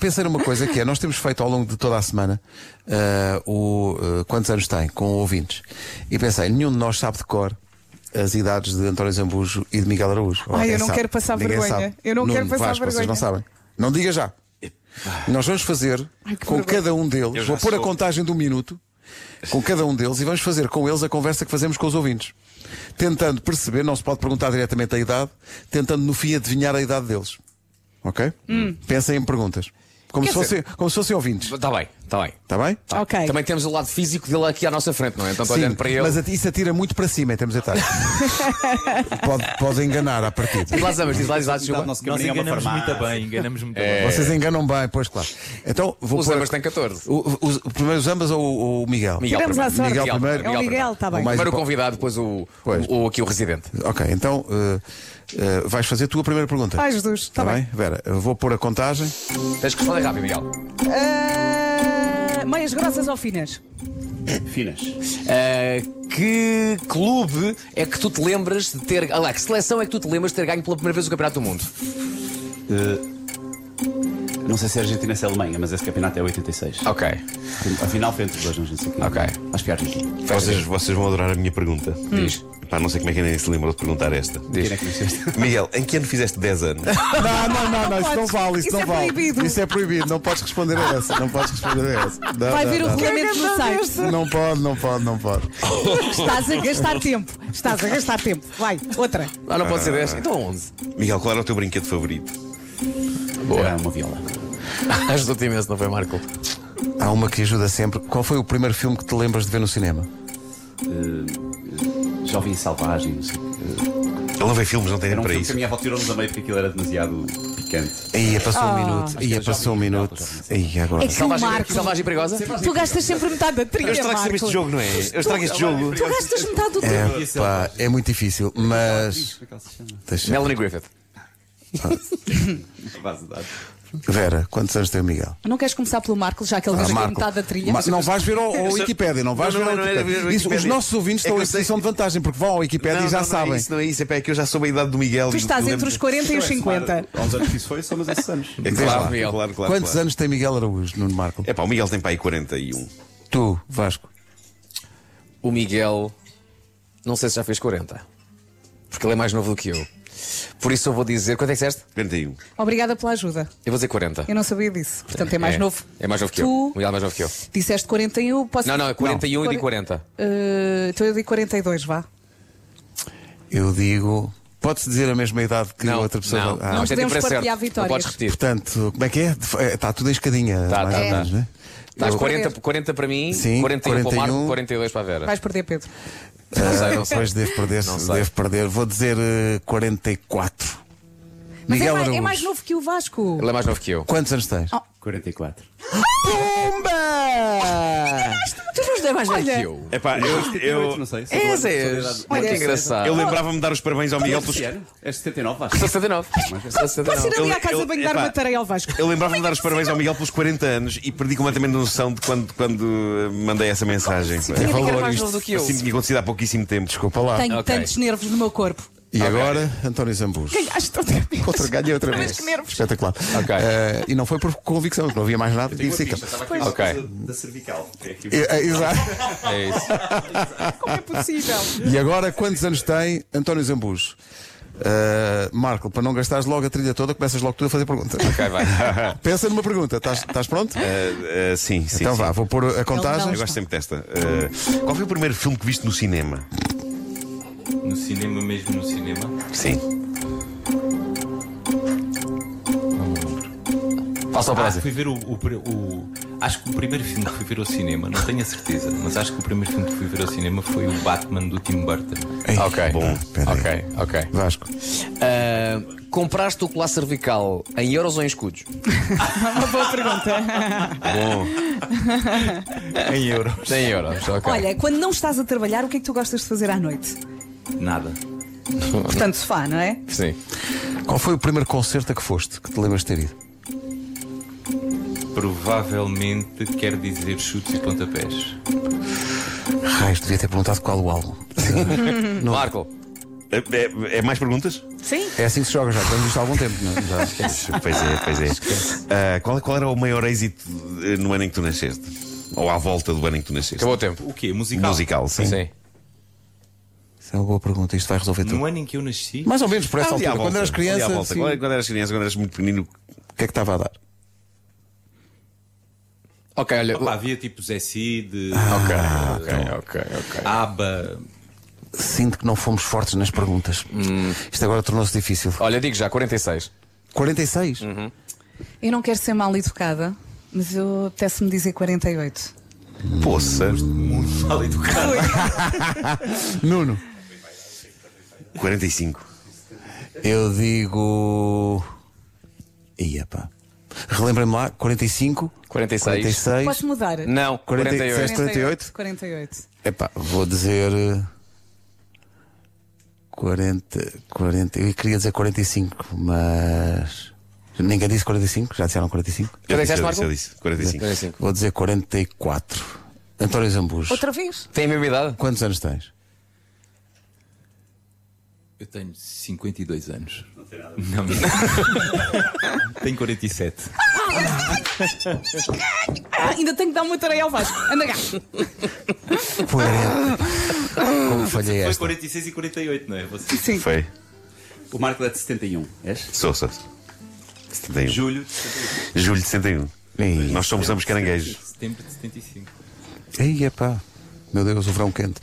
pensei numa coisa que é: nós temos feito ao longo de toda a semana ah, o ah, quantos anos tem com ouvintes. E pensei, nenhum de nós sabe de cor. As idades de António Zambujo e de Miguel Araújo. Ou Ai, eu alguém não sabe? quero passar Ninguém vergonha. sabe. Eu não Nuno, quero passar Vasco, Vocês não vergonha. sabem. Não diga já. Tá Nós vamos fazer Ai, que com vergonha. cada um deles, Eu já vou pôr a sou. contagem de um minuto com cada um deles e vamos fazer com eles a conversa que fazemos com os ouvintes. Tentando perceber, não se pode perguntar diretamente a idade, tentando no fim adivinhar a idade deles. Ok? Hum. Pensem em perguntas. Como, Quer se, fossem, como se fossem ouvintes. Está bem, está bem. Está bem? Tá. Ok. Também temos o lado físico dele aqui à nossa frente, não é? Então olhando para ele. mas at- isso atira muito para cima em termos etários. pode, pode enganar à partida. Diz lá, Zambas, diz lá, diz lá, diz lá. Nosso Nós camarim é uma enganamos É. farmácia. É. muito bem, enganamos muito bem. Vocês enganam bem, pois claro. Então, vou O pôr- Zambas tem 14. O- os- primeiro os ambas ou o Miguel? Miguel Tiramos à primeiro. sorte. Miguel primeiro. É o Miguel, está bem. O mais- Primeiro o convidado, depois o, Pois. o, o- aqui o residente. Ok, então eh, eh, vais fazer tu a primeira pergunta. Ai, Jesus, está Tá bem. Vera, eu vou pôr a contagem. Tens que responder rápido, Miguel. Ah, meias grossas ou finas? Finas. Ah, que clube é que tu te lembras de ter. Ah, lá, que seleção é que tu te lembras de ter ganho pela primeira vez o Campeonato do Mundo? Não sei se é Argentina ou se é Alemanha, mas esse campeonato é 86. Ok. Afinal, foi entre os dois, não sei o quê. Ok. Aos piores. Quem Vocês, vocês vão adorar a minha pergunta. Diz. Pá, não sei como é que ninguém se lembrou de perguntar esta. Hum. é que nasceste? Miguel, em que ano fizeste 10 anos? Não, não, não, não, isso não podes. vale, isso, Isso não é vale. proibido. Isso é proibido, não podes responder a essa. Não podes responder a essa. Não, Vai não, ver o não. regulamento no site. Não pode, não pode, não pode. Estás a gastar tempo. Estás a gastar tempo. Vai, outra. Ah, não pode ser 10. Então 11. Miguel, qual era o teu brinquedo favorito? Era uma viola. Ajudou-te imenso, não foi, Marco? Há uma que ajuda sempre. Qual foi o primeiro filme que te lembras de ver no cinema? Eh, jovem Selvagem, não sei o quê. Ele não vê filmes, não tem Era nem um filme que para a isso. minha avó tirou-nos a meio porque aquilo era demasiado picante. Aí passou Ah. um minuto, aí passou um minuto. Aí agora. É que o Selvagem, Marco. Selvagem e perigosa? Tu gastas sempre metade da trilha. Eu estrago sempre este Marco. jogo, não é? Eu estrago este jogo. Tu gastas metade do tempo. É, pá, é muito difícil, mas. Como é que ela se chama? Deixa... Melanie Griffith. Base de dados. Vera, quantos anos tem o Miguel? Não queres começar pelo Marco, já que ele Ah, gastou Marco, metade da trilha? Ma- não vais ver ao, ao só- Wikipédia, não vais é- Não, não, ver ao não era Wikipédia. ver o Isso, os Wikipédia. nossos ouvintes É estão que em eu sei- posição de vantagem, porque vão ao Wikipédia e já sabem. Não é isso, não é isso. É, pá, é que eu já soube a idade do Miguel. Tu e estás lembro- entre os 40 e os 50. Então é Há uns anos que isso foi, só mas esses anos. É Diz lá. claro, Miguel. claro, claro. Quantos claro. anos tem Miguel Araújo, Nuno Marco? É pá, o Miguel tem para aí 41. Tu, Vasco. O Miguel, não sei se já fez 40. Porque ele é mais novo do que eu. Por isso eu vou dizer. Quanto é que disseste? 41. Obrigada pela ajuda. Eu vou dizer 40. Eu não sabia disso. Portanto, é Então, mais novo. É mais novo que eu. tu O Miguel é mais novo que eu. Disseste 41, posso. Não, não, é 41 e digo Quar- 40. Eh, Então eu digo 42, vá. Eu digo. Pode-se dizer a mesma idade que Não, outra pessoa. não, Ah, não. Não isto é podemos sempre certo. partilhar Não vitórias. podes repetir. Portanto, como é que é? Está tudo em escadinha. Tá, mais tá, ou tá. menos, né? Estás Eu- 40, 40 para mim, Sim, 41, para o 41. Marco, 42 para a Vera. Vais perder, Pedro. Não sei, não sei. Depois Ah, devo perder, Não sei. devo perder. Vou dizer eh, 44. Mas é Miguel mais, é Araújo. mais novo Oh. que o Vasco. Ele é mais novo que eu. Quantos anos tens? 44. Ah! Tu não és mais novo que eu. É pá, eu. eu... tipo não sei. És, Sou és. da é idade- é Olha que engraçado. Eu lembrava-me de dar os parabéns ao Miguel pelos. Este ano? É 79, acho. Sou 79. Sou Posso 79. ir ali Eu- à casa eu- banho dar epá, uma tareia ao Vasco? Eu lembrava-me de é dar os parabéns ao Miguel pelos 40 anos e perdi completamente a noção de quando, quando eh, mandei essa mensagem. pá. Tinha que valor era mais isto. novo do que eu. Assim tinha acontecido há pouquíssimo tempo. Desculpa. Desculpa lá. Tenho Ok. tantos nervos no meu corpo. E agora, António Zambujo. Gasto outra vez. Outra ganha outra vez. Espetacular. Ok. Eh, e não foi por convicção, que não havia mais nada. Tive sim, Estava aqui uma Ok. coisa da cervical. que é aqui. Eh, eh, Exato. É isso. Como é possível? E agora, quantos anos tem António Zambujo? Eh, Marco, para não gastares logo a trilha toda, começas logo tu a fazer pergunta. Ok, vai. Pensa numa pergunta, estás estás pronto? Ah, ah, sim, sim. então sim. vá, vou pôr a Eu contagem. gosto sempre desta. Ah, qual foi o primeiro filme que viste no cinema? No cinema, mesmo no cinema. Sim. Passa ao Ah, próximo. fui ver o, o pri- o- Acho que o primeiro filme que fui ver ao cinema, não tenho a certeza, mas acho que o primeiro filme que fui ver ao cinema foi o Batman do Tim Burton. Ok. Bom, pera aí. Ok, ok. Vasco. Ah, compraste o colar cervical em euros ou em escudos? Uma boa pergunta. Em euro. Em euros, ok. Olha, quando não estás a trabalhar, o que é que tu gostas de fazer à noite? Nada. Portanto, sofá, não é? Sim. Qual foi o primeiro concerto a que foste que te lembras de ter ido? Provavelmente quer dizer chutes e pontapés. Raios, devia ter perguntado qual o álbum. Marco, Eh, É, é- é mais perguntas? Sim. É assim que se joga já, temos isto há algum tempo. não é? Já. Pois é, pois é. Ah, qual, qual era o maior êxito eh, no ano em que tu nasceste? Ou à volta do ano em que tu nasceste? Acabou o tempo. O quê? Musical? Musical, sim. Sim. Isso é uma boa pergunta, isto vai resolver tudo. No ano em que eu nasci, Mais ou menos por essa Ah, Ali um à altura. volta, Quando eras ali à criança, volta. sim, Quando, quando eras criança, quando eras muito pequenino, o que é que estava a dar? Ok, olha. opá, havia tipo Zé Cid, Ok, ok, ok, ok. ABBA. Sinto que não fomos fortes nas perguntas. Hum. Isto agora tornou-se difícil. Olha, digo já, 46. 46? Uhum. Eu não quero ser mal educada, mas eu apetece-me dizer 48. poça, Muito mal educado. Nuno. 45. Eu digo. Ia pá. Relembrem-me lá, 45? 46. 46. Posso mudar? Não, 48. 48? 48. Epá, vou dizer. eh, 40, 40. Eu queria dizer 45, mas. Ninguém disse 45? Já disseram 45? Eu disse, disseste, eu Marco? disse, eu disse. 45. 45. Vou dizer 44. António Zambujo, Outra vez? Tem a mesma idade? quantos anos tens? Eu tenho 52 anos. Não tem nada. Não, tenho 47. Ah, ainda tenho que dar uma tareia ao Vasco. Anda cá. Quarenta. Como falhei Foi esta? 46 e 48, não é? Você... Sim. Foi. O Marco é de 71, és? Sou, sou. 71. Julho de Julho de 71. Ei. Nós somos ambos caranguejos. setembro de 75. Ei, epá. Meu Deus, o verão quente.